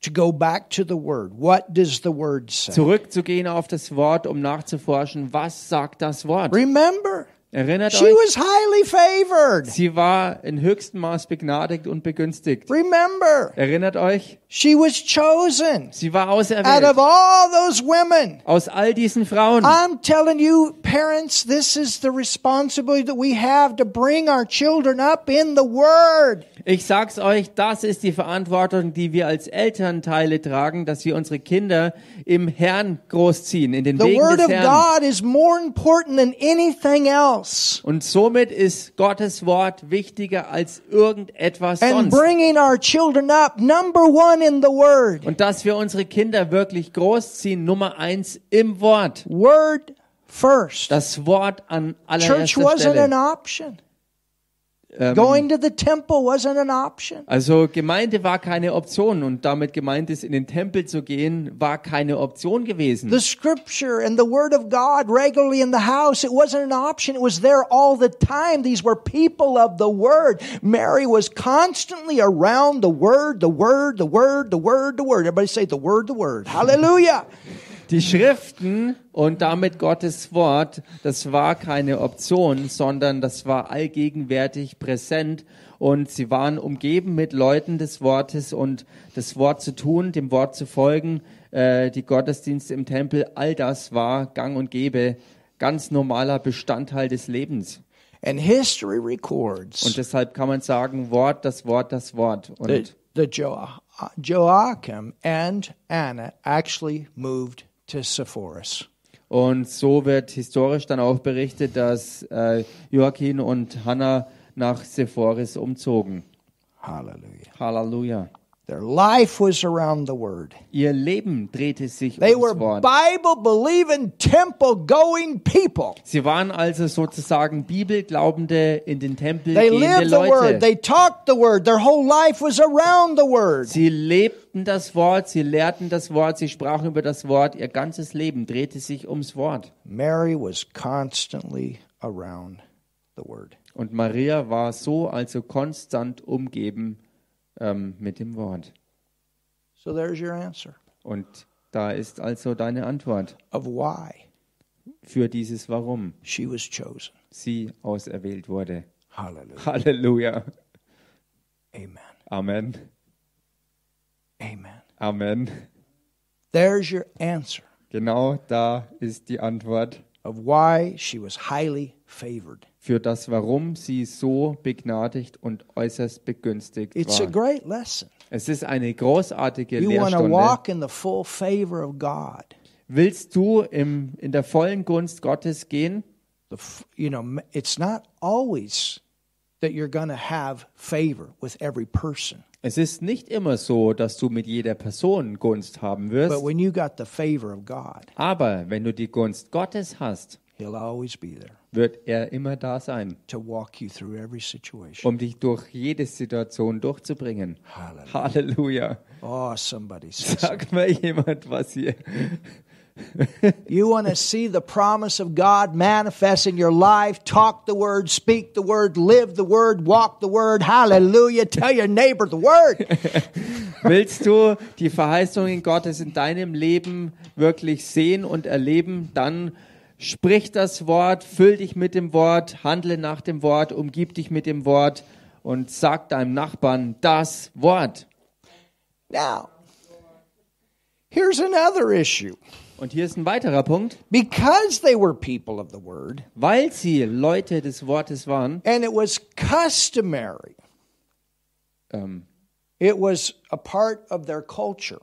[SPEAKER 1] to go back to the Word. What does the Word say?
[SPEAKER 2] zurückzugehen auf das Wort, um nachzuforschen, was sagt das Wort.
[SPEAKER 1] Remember,
[SPEAKER 2] Erinnert
[SPEAKER 1] she
[SPEAKER 2] euch,
[SPEAKER 1] was highly favored.
[SPEAKER 2] sie war in höchstem Maß begnadigt und begünstigt.
[SPEAKER 1] Remember,
[SPEAKER 2] Erinnert euch,
[SPEAKER 1] she was chosen
[SPEAKER 2] sie war
[SPEAKER 1] out of
[SPEAKER 2] auserwählt
[SPEAKER 1] all those women.
[SPEAKER 2] aus all diesen Frauen.
[SPEAKER 1] I'm telling you, parents, this is the responsibility that we have to bring our children up in the Word.
[SPEAKER 2] Ich sag's euch, das ist die Verantwortung, die wir als Elternteile tragen, dass wir unsere Kinder im Herrn großziehen, in den
[SPEAKER 1] The
[SPEAKER 2] Wegen
[SPEAKER 1] Word
[SPEAKER 2] des
[SPEAKER 1] of
[SPEAKER 2] Herrn.
[SPEAKER 1] God is more important than anything else.
[SPEAKER 2] Und somit ist Gottes Wort wichtiger als irgendetwas
[SPEAKER 1] And
[SPEAKER 2] sonst.
[SPEAKER 1] bringing our children up, number one in the Word.
[SPEAKER 2] Und dass wir unsere Kinder wirklich großziehen, Nummer eins im Wort.
[SPEAKER 1] Word first.
[SPEAKER 2] Das Wort an
[SPEAKER 1] Church
[SPEAKER 2] allererster
[SPEAKER 1] wasn't an
[SPEAKER 2] Stelle.
[SPEAKER 1] option.
[SPEAKER 2] Ähm,
[SPEAKER 1] Going to the temple wasn't an option.
[SPEAKER 2] also Gemeinde war keine Option und damit gemeint ist, in den Tempel zu gehen, war keine Option gewesen.
[SPEAKER 1] The scripture and the word of God regularly in the house, it wasn't an option. It was there all the time. These were people of the word. Mary was constantly around the word, the word, the word, the word, the word. Everybody say the word, the word. Hallelujah.
[SPEAKER 2] Die Schriften und damit Gottes Wort, das war keine Option, sondern das war allgegenwärtig präsent und sie waren umgeben mit Leuten des Wortes und das Wort zu tun, dem Wort zu folgen, äh, die Gottesdienste im Tempel, all das war gang und gäbe, ganz normaler Bestandteil des Lebens.
[SPEAKER 1] And history
[SPEAKER 2] Und
[SPEAKER 1] records
[SPEAKER 2] deshalb kann man sagen, Wort, das Wort, das Wort.
[SPEAKER 1] that
[SPEAKER 2] Und
[SPEAKER 1] the jo- Joachim and Anna actually moved to Sepphoris.
[SPEAKER 2] Und so wird historisch dann auch berichtet, dass äh, Joachim und Hannah nach Sephoris umzogen.
[SPEAKER 1] Hallelujah.
[SPEAKER 2] Halleluja.
[SPEAKER 1] Their life was around the word.
[SPEAKER 2] Ihr Leben drehte sich
[SPEAKER 1] They
[SPEAKER 2] ums
[SPEAKER 1] were
[SPEAKER 2] Wort.
[SPEAKER 1] Bible believing, temple going people.
[SPEAKER 2] Sie waren also sozusagen Bibelglaubende in den Tempel
[SPEAKER 1] They
[SPEAKER 2] gehende
[SPEAKER 1] lived the word.
[SPEAKER 2] Leute.
[SPEAKER 1] They talked the word. Their whole life was around the word.
[SPEAKER 2] Sie lebten das Wort, sie lehrten das Wort, sie sprachen über das Wort. Ihr ganzes Leben drehte sich ums Wort.
[SPEAKER 1] Mary was constantly around the word.
[SPEAKER 2] Und Maria war so also konstant umgeben ähm, mit dem Wort.
[SPEAKER 1] So there's your answer
[SPEAKER 2] Und da ist also deine Antwort.
[SPEAKER 1] of why
[SPEAKER 2] für dieses Warum
[SPEAKER 1] she was chosen.
[SPEAKER 2] sie auserwählt wurde.
[SPEAKER 1] Hallelujah.
[SPEAKER 2] Halleluja.
[SPEAKER 1] Amen.
[SPEAKER 2] Amen.
[SPEAKER 1] Amen.
[SPEAKER 2] Amen.
[SPEAKER 1] There's your answer
[SPEAKER 2] Genau da ist die Antwort
[SPEAKER 1] of why she was highly favored.
[SPEAKER 2] für das Warum sie so begnadigt und äußerst begünstigt
[SPEAKER 1] It's a
[SPEAKER 2] war.
[SPEAKER 1] great lesson.
[SPEAKER 2] Es ist eine großartige
[SPEAKER 1] You want to
[SPEAKER 2] Lehrstunde.
[SPEAKER 1] walk in the full favor of God.
[SPEAKER 2] Willst du im, in der vollen Gunst Gottes gehen?
[SPEAKER 1] the f- you know m- it's not always that you're going to have favor with every person
[SPEAKER 2] Es ist nicht immer so, dass du mit jeder Person Gunst haben
[SPEAKER 1] but
[SPEAKER 2] wirst,
[SPEAKER 1] when you got the favor of god
[SPEAKER 2] aber wenn du die Gunst Gottes hast,
[SPEAKER 1] he'll always be there
[SPEAKER 2] wird er immer da sein.
[SPEAKER 1] to walk you through every situation
[SPEAKER 2] um dich durch jede Situation durchzubringen.
[SPEAKER 1] Halleluja.
[SPEAKER 2] Halleluja.
[SPEAKER 1] oh somebody says
[SPEAKER 2] Sag mal jemand was hier.
[SPEAKER 1] you want to see the promise of god manifest in your life talk the word speak the word live the word walk the word hallelujah tell your neighbor the word
[SPEAKER 2] Willst du die Verheißungen Gottes in deinem Leben wirklich sehen und erleben, dann sprich das Wort, füll dich mit dem Wort, handle nach dem Wort, umgib dich mit dem Wort und sag deinem Nachbarn das Wort.
[SPEAKER 1] now here's another issue
[SPEAKER 2] Und hier ist ein weiterer Punkt.
[SPEAKER 1] Because they were people of the word,
[SPEAKER 2] Weil sie Leute des Wortes waren,
[SPEAKER 1] and it was customary,
[SPEAKER 2] ähm,
[SPEAKER 1] it was a part of their culture.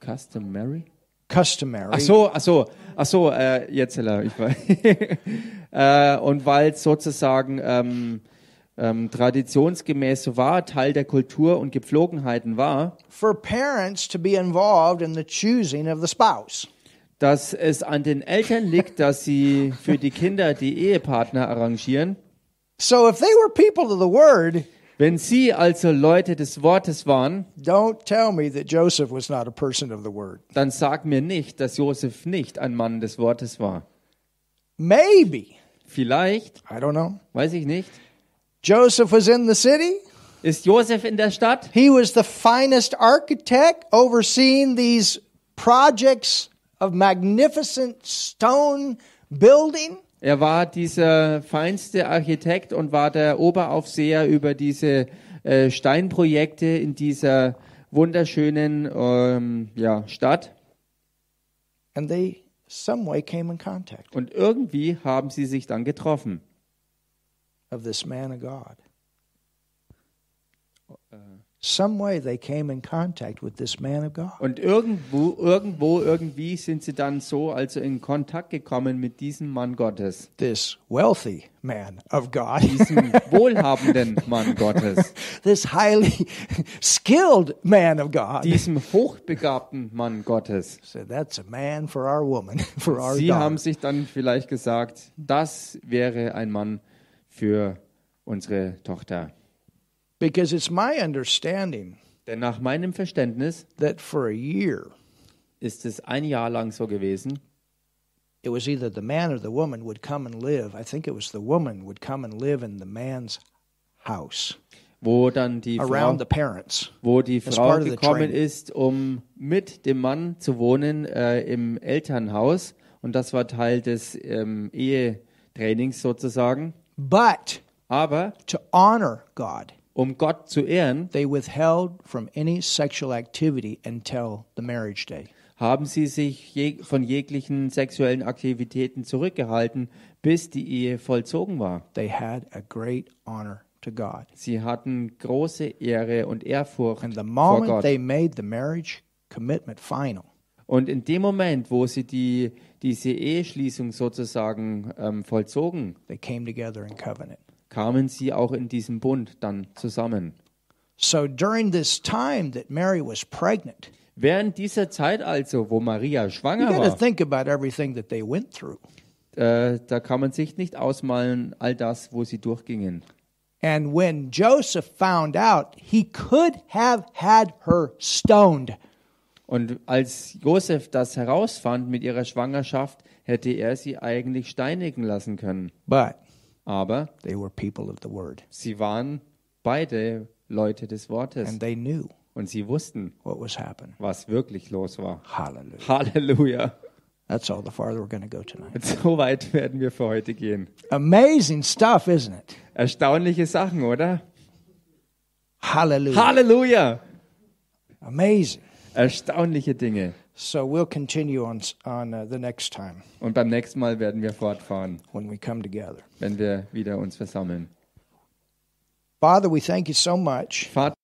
[SPEAKER 2] customary?
[SPEAKER 1] Customary.
[SPEAKER 2] Ach so, ach so, ach so, äh, jetzt, Hella, ich war. [laughs] äh, und weil es sozusagen ähm, ähm, traditionsgemäß so war, Teil der Kultur und Gepflogenheiten war,
[SPEAKER 1] For parents to be involved in the choosing of the spouse.
[SPEAKER 2] dass es an den Eltern liegt, dass sie für die Kinder die Ehepartner arrangieren.
[SPEAKER 1] So if they were people of the word,
[SPEAKER 2] Wenn sie also Leute des Wortes waren,
[SPEAKER 1] don't tell me that Joseph was not a person of the word.
[SPEAKER 2] dann sag mir nicht, dass Josef nicht ein Mann des Wortes war.
[SPEAKER 1] Maybe,
[SPEAKER 2] Vielleicht,
[SPEAKER 1] I don't know.
[SPEAKER 2] weiß ich nicht.
[SPEAKER 1] Joseph was in the city.
[SPEAKER 2] Ist Josef in der Stadt?
[SPEAKER 1] He was the finest architect overseeing these projects of magnificent stone building.
[SPEAKER 2] Er war dieser feinste Architekt und war der Oberaufseher über diese äh, Steinprojekte in dieser wunderschönen ähm, ja, Stadt.
[SPEAKER 1] And they some way came in contact
[SPEAKER 2] Und irgendwie haben sie sich dann getroffen.
[SPEAKER 1] of this man of God. Some way they came in contact with this man of God.
[SPEAKER 2] Und irgendwo, irgendwo, irgendwie sind sie dann so also in Kontakt gekommen mit diesem Mann Gottes,
[SPEAKER 1] This wealthy man of God. [laughs]
[SPEAKER 2] diesem wohlhabenden Mann Gottes,
[SPEAKER 1] this highly skilled man of God.
[SPEAKER 2] diesem hochbegabten Mann Gottes.
[SPEAKER 1] Said, that's a man for our woman, [laughs] for our
[SPEAKER 2] Sie haben
[SPEAKER 1] daughter.
[SPEAKER 2] sich dann vielleicht gesagt, das wäre ein Mann für unsere Tochter.
[SPEAKER 1] Because it's my understanding
[SPEAKER 2] Denn nach meinem Verständnis
[SPEAKER 1] that for a year,
[SPEAKER 2] ist es ein Jahr lang so gewesen,
[SPEAKER 1] it was either the man or the woman would come and live. I think it was the woman would come and live in the man's house
[SPEAKER 2] wo dann die Frau,
[SPEAKER 1] around the parents.
[SPEAKER 2] wo die
[SPEAKER 1] As
[SPEAKER 2] Frau
[SPEAKER 1] part of the
[SPEAKER 2] gekommen
[SPEAKER 1] training.
[SPEAKER 2] ist, um mit dem Mann zu wohnen äh, im Elternhaus. Und das war Teil des ähm, Ehetrainings sozusagen.
[SPEAKER 1] But
[SPEAKER 2] Aber
[SPEAKER 1] to honor God,
[SPEAKER 2] um Gott zu ehren,
[SPEAKER 1] they withheld from any sexual activity until the marriage day.
[SPEAKER 2] haben sie sich je von jeglichen sexuellen Aktivitäten zurückgehalten, bis die Ehe vollzogen war.
[SPEAKER 1] They had a great honor to God.
[SPEAKER 2] Sie hatten große Ehre und Ehrfurcht
[SPEAKER 1] And the
[SPEAKER 2] vor
[SPEAKER 1] moment
[SPEAKER 2] Gott.
[SPEAKER 1] they made the marriage commitment final,
[SPEAKER 2] Und in dem Moment, wo sie die, diese Eheschließung sozusagen ähm, vollzogen,
[SPEAKER 1] they came together in covenant.
[SPEAKER 2] kamen sie auch in diesem Bund dann zusammen.
[SPEAKER 1] So during this time that Mary was pregnant,
[SPEAKER 2] Während dieser Zeit also, wo Maria
[SPEAKER 1] you
[SPEAKER 2] schwanger
[SPEAKER 1] got to
[SPEAKER 2] war,
[SPEAKER 1] think about everything that they went through.
[SPEAKER 2] äh, da kann man sich nicht ausmalen, all das, wo sie durchgingen.
[SPEAKER 1] And when Joseph found out, he could have had her stoned.
[SPEAKER 2] Und als Josef das herausfand mit ihrer Schwangerschaft, hätte er sie eigentlich steinigen lassen können.
[SPEAKER 1] But
[SPEAKER 2] Aber
[SPEAKER 1] they were people of the word,
[SPEAKER 2] sie waren beide Leute des Wortes
[SPEAKER 1] and they knew
[SPEAKER 2] und sie wussten,
[SPEAKER 1] what was happening.
[SPEAKER 2] was wirklich los war.
[SPEAKER 1] Hallelujah.
[SPEAKER 2] Halleluja.
[SPEAKER 1] That's all the farther we're going to go tonight.
[SPEAKER 2] Und so weit werden wir für heute gehen.
[SPEAKER 1] Amazing stuff, isn't it?
[SPEAKER 2] Erstaunliche Sachen, oder?
[SPEAKER 1] Hallelujah.
[SPEAKER 2] Halleluja!
[SPEAKER 1] Amazing.
[SPEAKER 2] Erstaunliche Dinge.
[SPEAKER 1] So we'll continue on on uh, the next time
[SPEAKER 2] Und beim nächsten Mal werden wir fortfahren,
[SPEAKER 1] when we come together.
[SPEAKER 2] wenn wir wieder uns versammeln.
[SPEAKER 1] Father, we thank you so much.
[SPEAKER 2] Vater,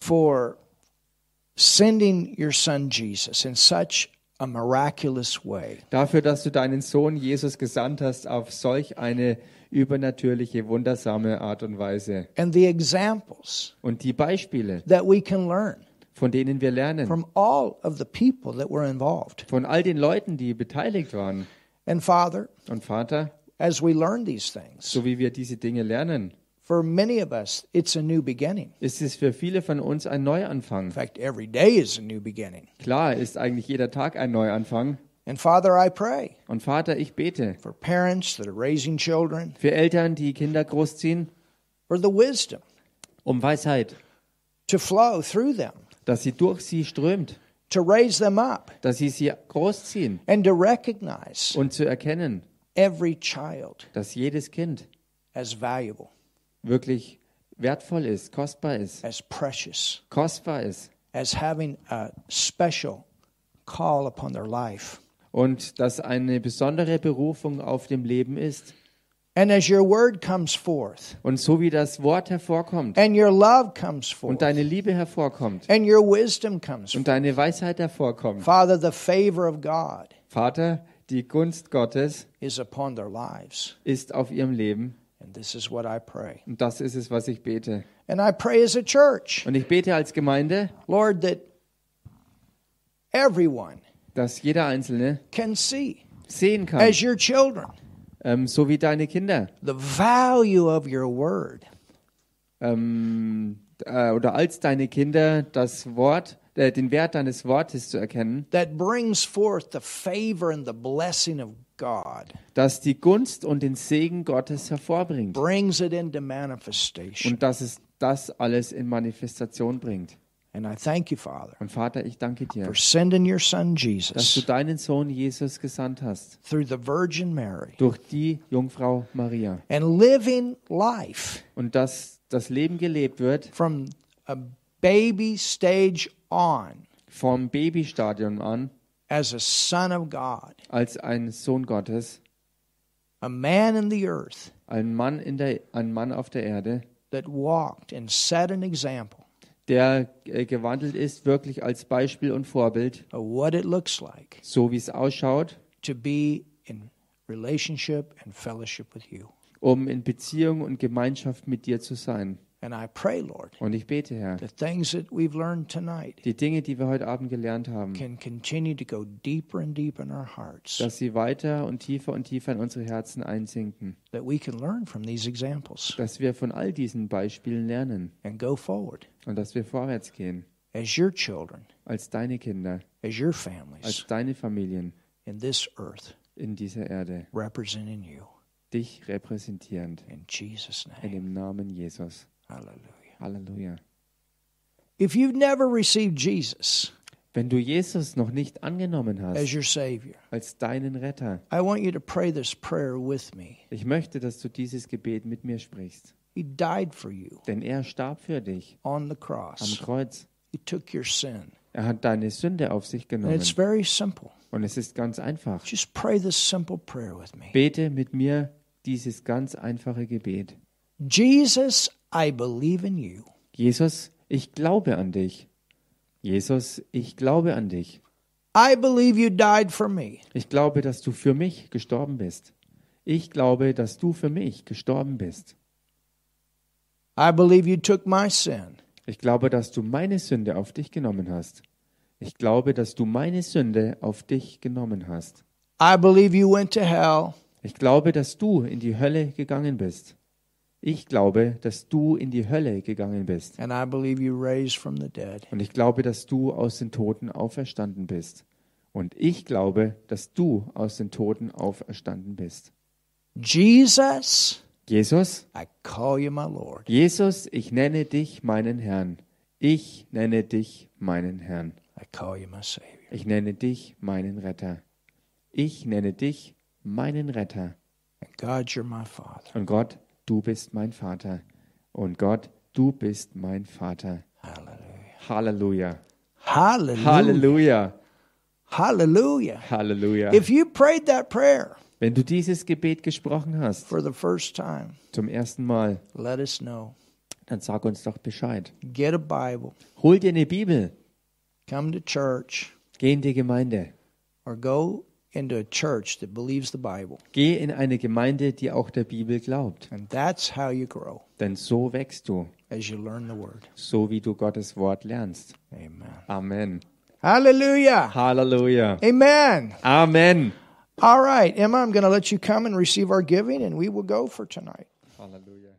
[SPEAKER 1] for sending your son Jesus in such a miraculous way.
[SPEAKER 2] dafür, dass du deinen Sohn Jesus gesandt hast auf solch eine übernatürliche, wundersame Art und Weise.
[SPEAKER 1] And the examples
[SPEAKER 2] Und die Beispiele,
[SPEAKER 1] that we can learn
[SPEAKER 2] von denen wir lernen,
[SPEAKER 1] from all of the people that were involved.
[SPEAKER 2] von all den Leuten, die beteiligt waren.
[SPEAKER 1] And Father,
[SPEAKER 2] Und Vater,
[SPEAKER 1] as we learn these things,
[SPEAKER 2] so wie wir diese Dinge lernen,
[SPEAKER 1] for many of us, it's a new beginning.
[SPEAKER 2] ist es für viele von uns ein Neuanfang.
[SPEAKER 1] In fact, every day is a new beginning.
[SPEAKER 2] Klar ist eigentlich jeder Tag ein Neuanfang.
[SPEAKER 1] And Father, I pray
[SPEAKER 2] Und Vater, ich bete
[SPEAKER 1] for parents that are raising children
[SPEAKER 2] für Eltern, die Kinder großziehen,
[SPEAKER 1] for the wisdom
[SPEAKER 2] um Weisheit,
[SPEAKER 1] to flow through them,
[SPEAKER 2] dass sie durch sie strömt,
[SPEAKER 1] to raise them up,
[SPEAKER 2] dass sie sie großziehen
[SPEAKER 1] and to recognize
[SPEAKER 2] und zu erkennen,
[SPEAKER 1] every child
[SPEAKER 2] dass jedes Kind
[SPEAKER 1] as valuable
[SPEAKER 2] wirklich wertvoll ist, kostbar ist,
[SPEAKER 1] as precious
[SPEAKER 2] kostbar ist
[SPEAKER 1] as having a special call upon their life.
[SPEAKER 2] und dass eine besondere Berufung auf dem Leben ist.
[SPEAKER 1] And as your word comes forth,
[SPEAKER 2] Und so wie das Wort hervorkommt
[SPEAKER 1] and your love comes
[SPEAKER 2] und
[SPEAKER 1] forth,
[SPEAKER 2] deine Liebe hervorkommt
[SPEAKER 1] and your wisdom comes forth,
[SPEAKER 2] und deine Weisheit hervorkommt,
[SPEAKER 1] Father, the favor of God
[SPEAKER 2] Vater, die Gunst Gottes
[SPEAKER 1] is upon their lives.
[SPEAKER 2] ist auf ihrem Leben
[SPEAKER 1] And this is what I pray.
[SPEAKER 2] und das ist es, was ich bete.
[SPEAKER 1] And I pray as a church,
[SPEAKER 2] Und ich bete als Gemeinde,
[SPEAKER 1] Lord, that everyone
[SPEAKER 2] dass jeder Einzelne
[SPEAKER 1] can see,
[SPEAKER 2] sehen kann,
[SPEAKER 1] as your children,
[SPEAKER 2] ähm, so wie deine Kinder
[SPEAKER 1] the value of your word.
[SPEAKER 2] ähm, äh, oder als deine Kinder das Wort, äh, den Wert deines Wortes zu erkennen,
[SPEAKER 1] that brings forth the favor and the blessing of God,
[SPEAKER 2] dass die Gunst und den Segen Gottes hervorbringt
[SPEAKER 1] brings it into manifestation.
[SPEAKER 2] und dass es das alles in Manifestation bringt.
[SPEAKER 1] And I thank you, Father,
[SPEAKER 2] Und Vater, ich danke dir,
[SPEAKER 1] for sending your son
[SPEAKER 2] dass du
[SPEAKER 1] Jesus
[SPEAKER 2] deinen Sohn Jesus gesandt hast
[SPEAKER 1] through the Virgin Mary
[SPEAKER 2] durch die Jungfrau Maria
[SPEAKER 1] and living life
[SPEAKER 2] und dass das Leben gelebt wird
[SPEAKER 1] from a baby stage on
[SPEAKER 2] vom Babystadium an
[SPEAKER 1] as a son of God,
[SPEAKER 2] als ein Sohn Gottes,
[SPEAKER 1] a man in the earth
[SPEAKER 2] ein Mann in der ein Mann auf der Erde,
[SPEAKER 1] that walked and set an example
[SPEAKER 2] der äh, gewandelt ist wirklich als Beispiel und Vorbild,
[SPEAKER 1] of what it looks like
[SPEAKER 2] so wie es ausschaut,
[SPEAKER 1] to be in relationship and fellowship with you.
[SPEAKER 2] um in Beziehung und Gemeinschaft mit dir zu sein.
[SPEAKER 1] And I pray, Lord,
[SPEAKER 2] Und ich bete, Herr,
[SPEAKER 1] the things that we've learned tonight
[SPEAKER 2] die Dinge, die wir heute Abend gelernt haben,
[SPEAKER 1] can continue to go deeper and deeper in our hearts,
[SPEAKER 2] dass sie weiter und tiefer und tiefer in unsere Herzen einsinken,
[SPEAKER 1] that we can learn from these examples
[SPEAKER 2] dass wir von all diesen Beispielen lernen
[SPEAKER 1] and go forward
[SPEAKER 2] und dass wir vorwärts gehen,
[SPEAKER 1] as your children,
[SPEAKER 2] als deine Kinder,
[SPEAKER 1] as your families
[SPEAKER 2] als deine Familien
[SPEAKER 1] in this earth,
[SPEAKER 2] in dieser Erde,
[SPEAKER 1] representing you.
[SPEAKER 2] dich repräsentierend.
[SPEAKER 1] In Jesus'
[SPEAKER 2] In
[SPEAKER 1] name.
[SPEAKER 2] dem Namen Jesus.
[SPEAKER 1] Hallelujah.
[SPEAKER 2] Halleluja.
[SPEAKER 1] If you've never received Jesus
[SPEAKER 2] Wenn du Jesus noch nicht angenommen hast
[SPEAKER 1] as your Savior,
[SPEAKER 2] als deinen Retter,
[SPEAKER 1] I want you to pray this prayer with me.
[SPEAKER 2] ich möchte, dass du dieses Gebet mit mir sprichst.
[SPEAKER 1] He died for you
[SPEAKER 2] Denn er starb für dich
[SPEAKER 1] on the
[SPEAKER 2] am
[SPEAKER 1] cross,
[SPEAKER 2] Kreuz.
[SPEAKER 1] He took your sin.
[SPEAKER 2] Er hat deine Sünde auf sich
[SPEAKER 1] And
[SPEAKER 2] genommen.
[SPEAKER 1] it's very simple.
[SPEAKER 2] Und es ist ganz einfach.
[SPEAKER 1] Just pray this simple prayer with me.
[SPEAKER 2] Bete mit mir dieses ganz einfache Gebet.
[SPEAKER 1] Jesus, I believe in you.
[SPEAKER 2] Jesus, ich glaube an dich. Jesus, ich glaube an dich.
[SPEAKER 1] I believe you died for me.
[SPEAKER 2] Ich glaube, dass du für mich gestorben bist. Ich glaube, dass du für mich gestorben bist.
[SPEAKER 1] I believe you took my sin.
[SPEAKER 2] Ich glaube, dass du meine Sünde auf dich genommen hast. Ich glaube, dass du meine Sünde auf dich genommen hast.
[SPEAKER 1] I believe you went to hell
[SPEAKER 2] Ich glaube, dass du in die Hölle gegangen bist. Ich glaube, dass du in die Hölle gegangen bist.
[SPEAKER 1] and I believe you raised from the dead.
[SPEAKER 2] Und ich glaube, dass du aus den Toten auferstanden bist. Und ich glaube, dass du aus den Toten auferstanden bist.
[SPEAKER 1] Jesus,
[SPEAKER 2] Jesus,
[SPEAKER 1] I call you my Lord.
[SPEAKER 2] Jesus, ich nenne dich meinen Herrn. Ich nenne dich meinen Herrn.
[SPEAKER 1] I call you my Savior.
[SPEAKER 2] Ich nenne dich meinen Retter. Ich nenne dich meinen Retter.
[SPEAKER 1] And God, you're my Father.
[SPEAKER 2] Und Gott, du bist mein Vater. Und Gott, du bist mein Vater.
[SPEAKER 1] Hallelujah.
[SPEAKER 2] Halleluja.
[SPEAKER 1] Hallelujah.
[SPEAKER 2] Halleluja.
[SPEAKER 1] Hallelujah.
[SPEAKER 2] Halleluja.
[SPEAKER 1] If you prayed that prayer
[SPEAKER 2] Wenn du dieses Gebet gesprochen hast
[SPEAKER 1] for the first time,
[SPEAKER 2] zum ersten Mal,
[SPEAKER 1] let us know.
[SPEAKER 2] dann sag uns doch Bescheid.
[SPEAKER 1] Get a Bible,
[SPEAKER 2] Hol dir eine Bibel.
[SPEAKER 1] come to church,
[SPEAKER 2] Geh in die Gemeinde.
[SPEAKER 1] or go into a church that believes the Bible.
[SPEAKER 2] Geh in eine Gemeinde, die auch der Bibel glaubt.
[SPEAKER 1] And that's how you grow
[SPEAKER 2] Denn so wächst du,
[SPEAKER 1] as you learn the Word.
[SPEAKER 2] so wie du Gottes Wort lernst.
[SPEAKER 1] Amen.
[SPEAKER 2] Amen.
[SPEAKER 1] Hallelujah.
[SPEAKER 2] Halleluja.
[SPEAKER 1] Amen.
[SPEAKER 2] Amen.
[SPEAKER 1] All right, Emma, I'm going to let you come and receive our giving, and we will go for tonight.
[SPEAKER 2] Halleluja.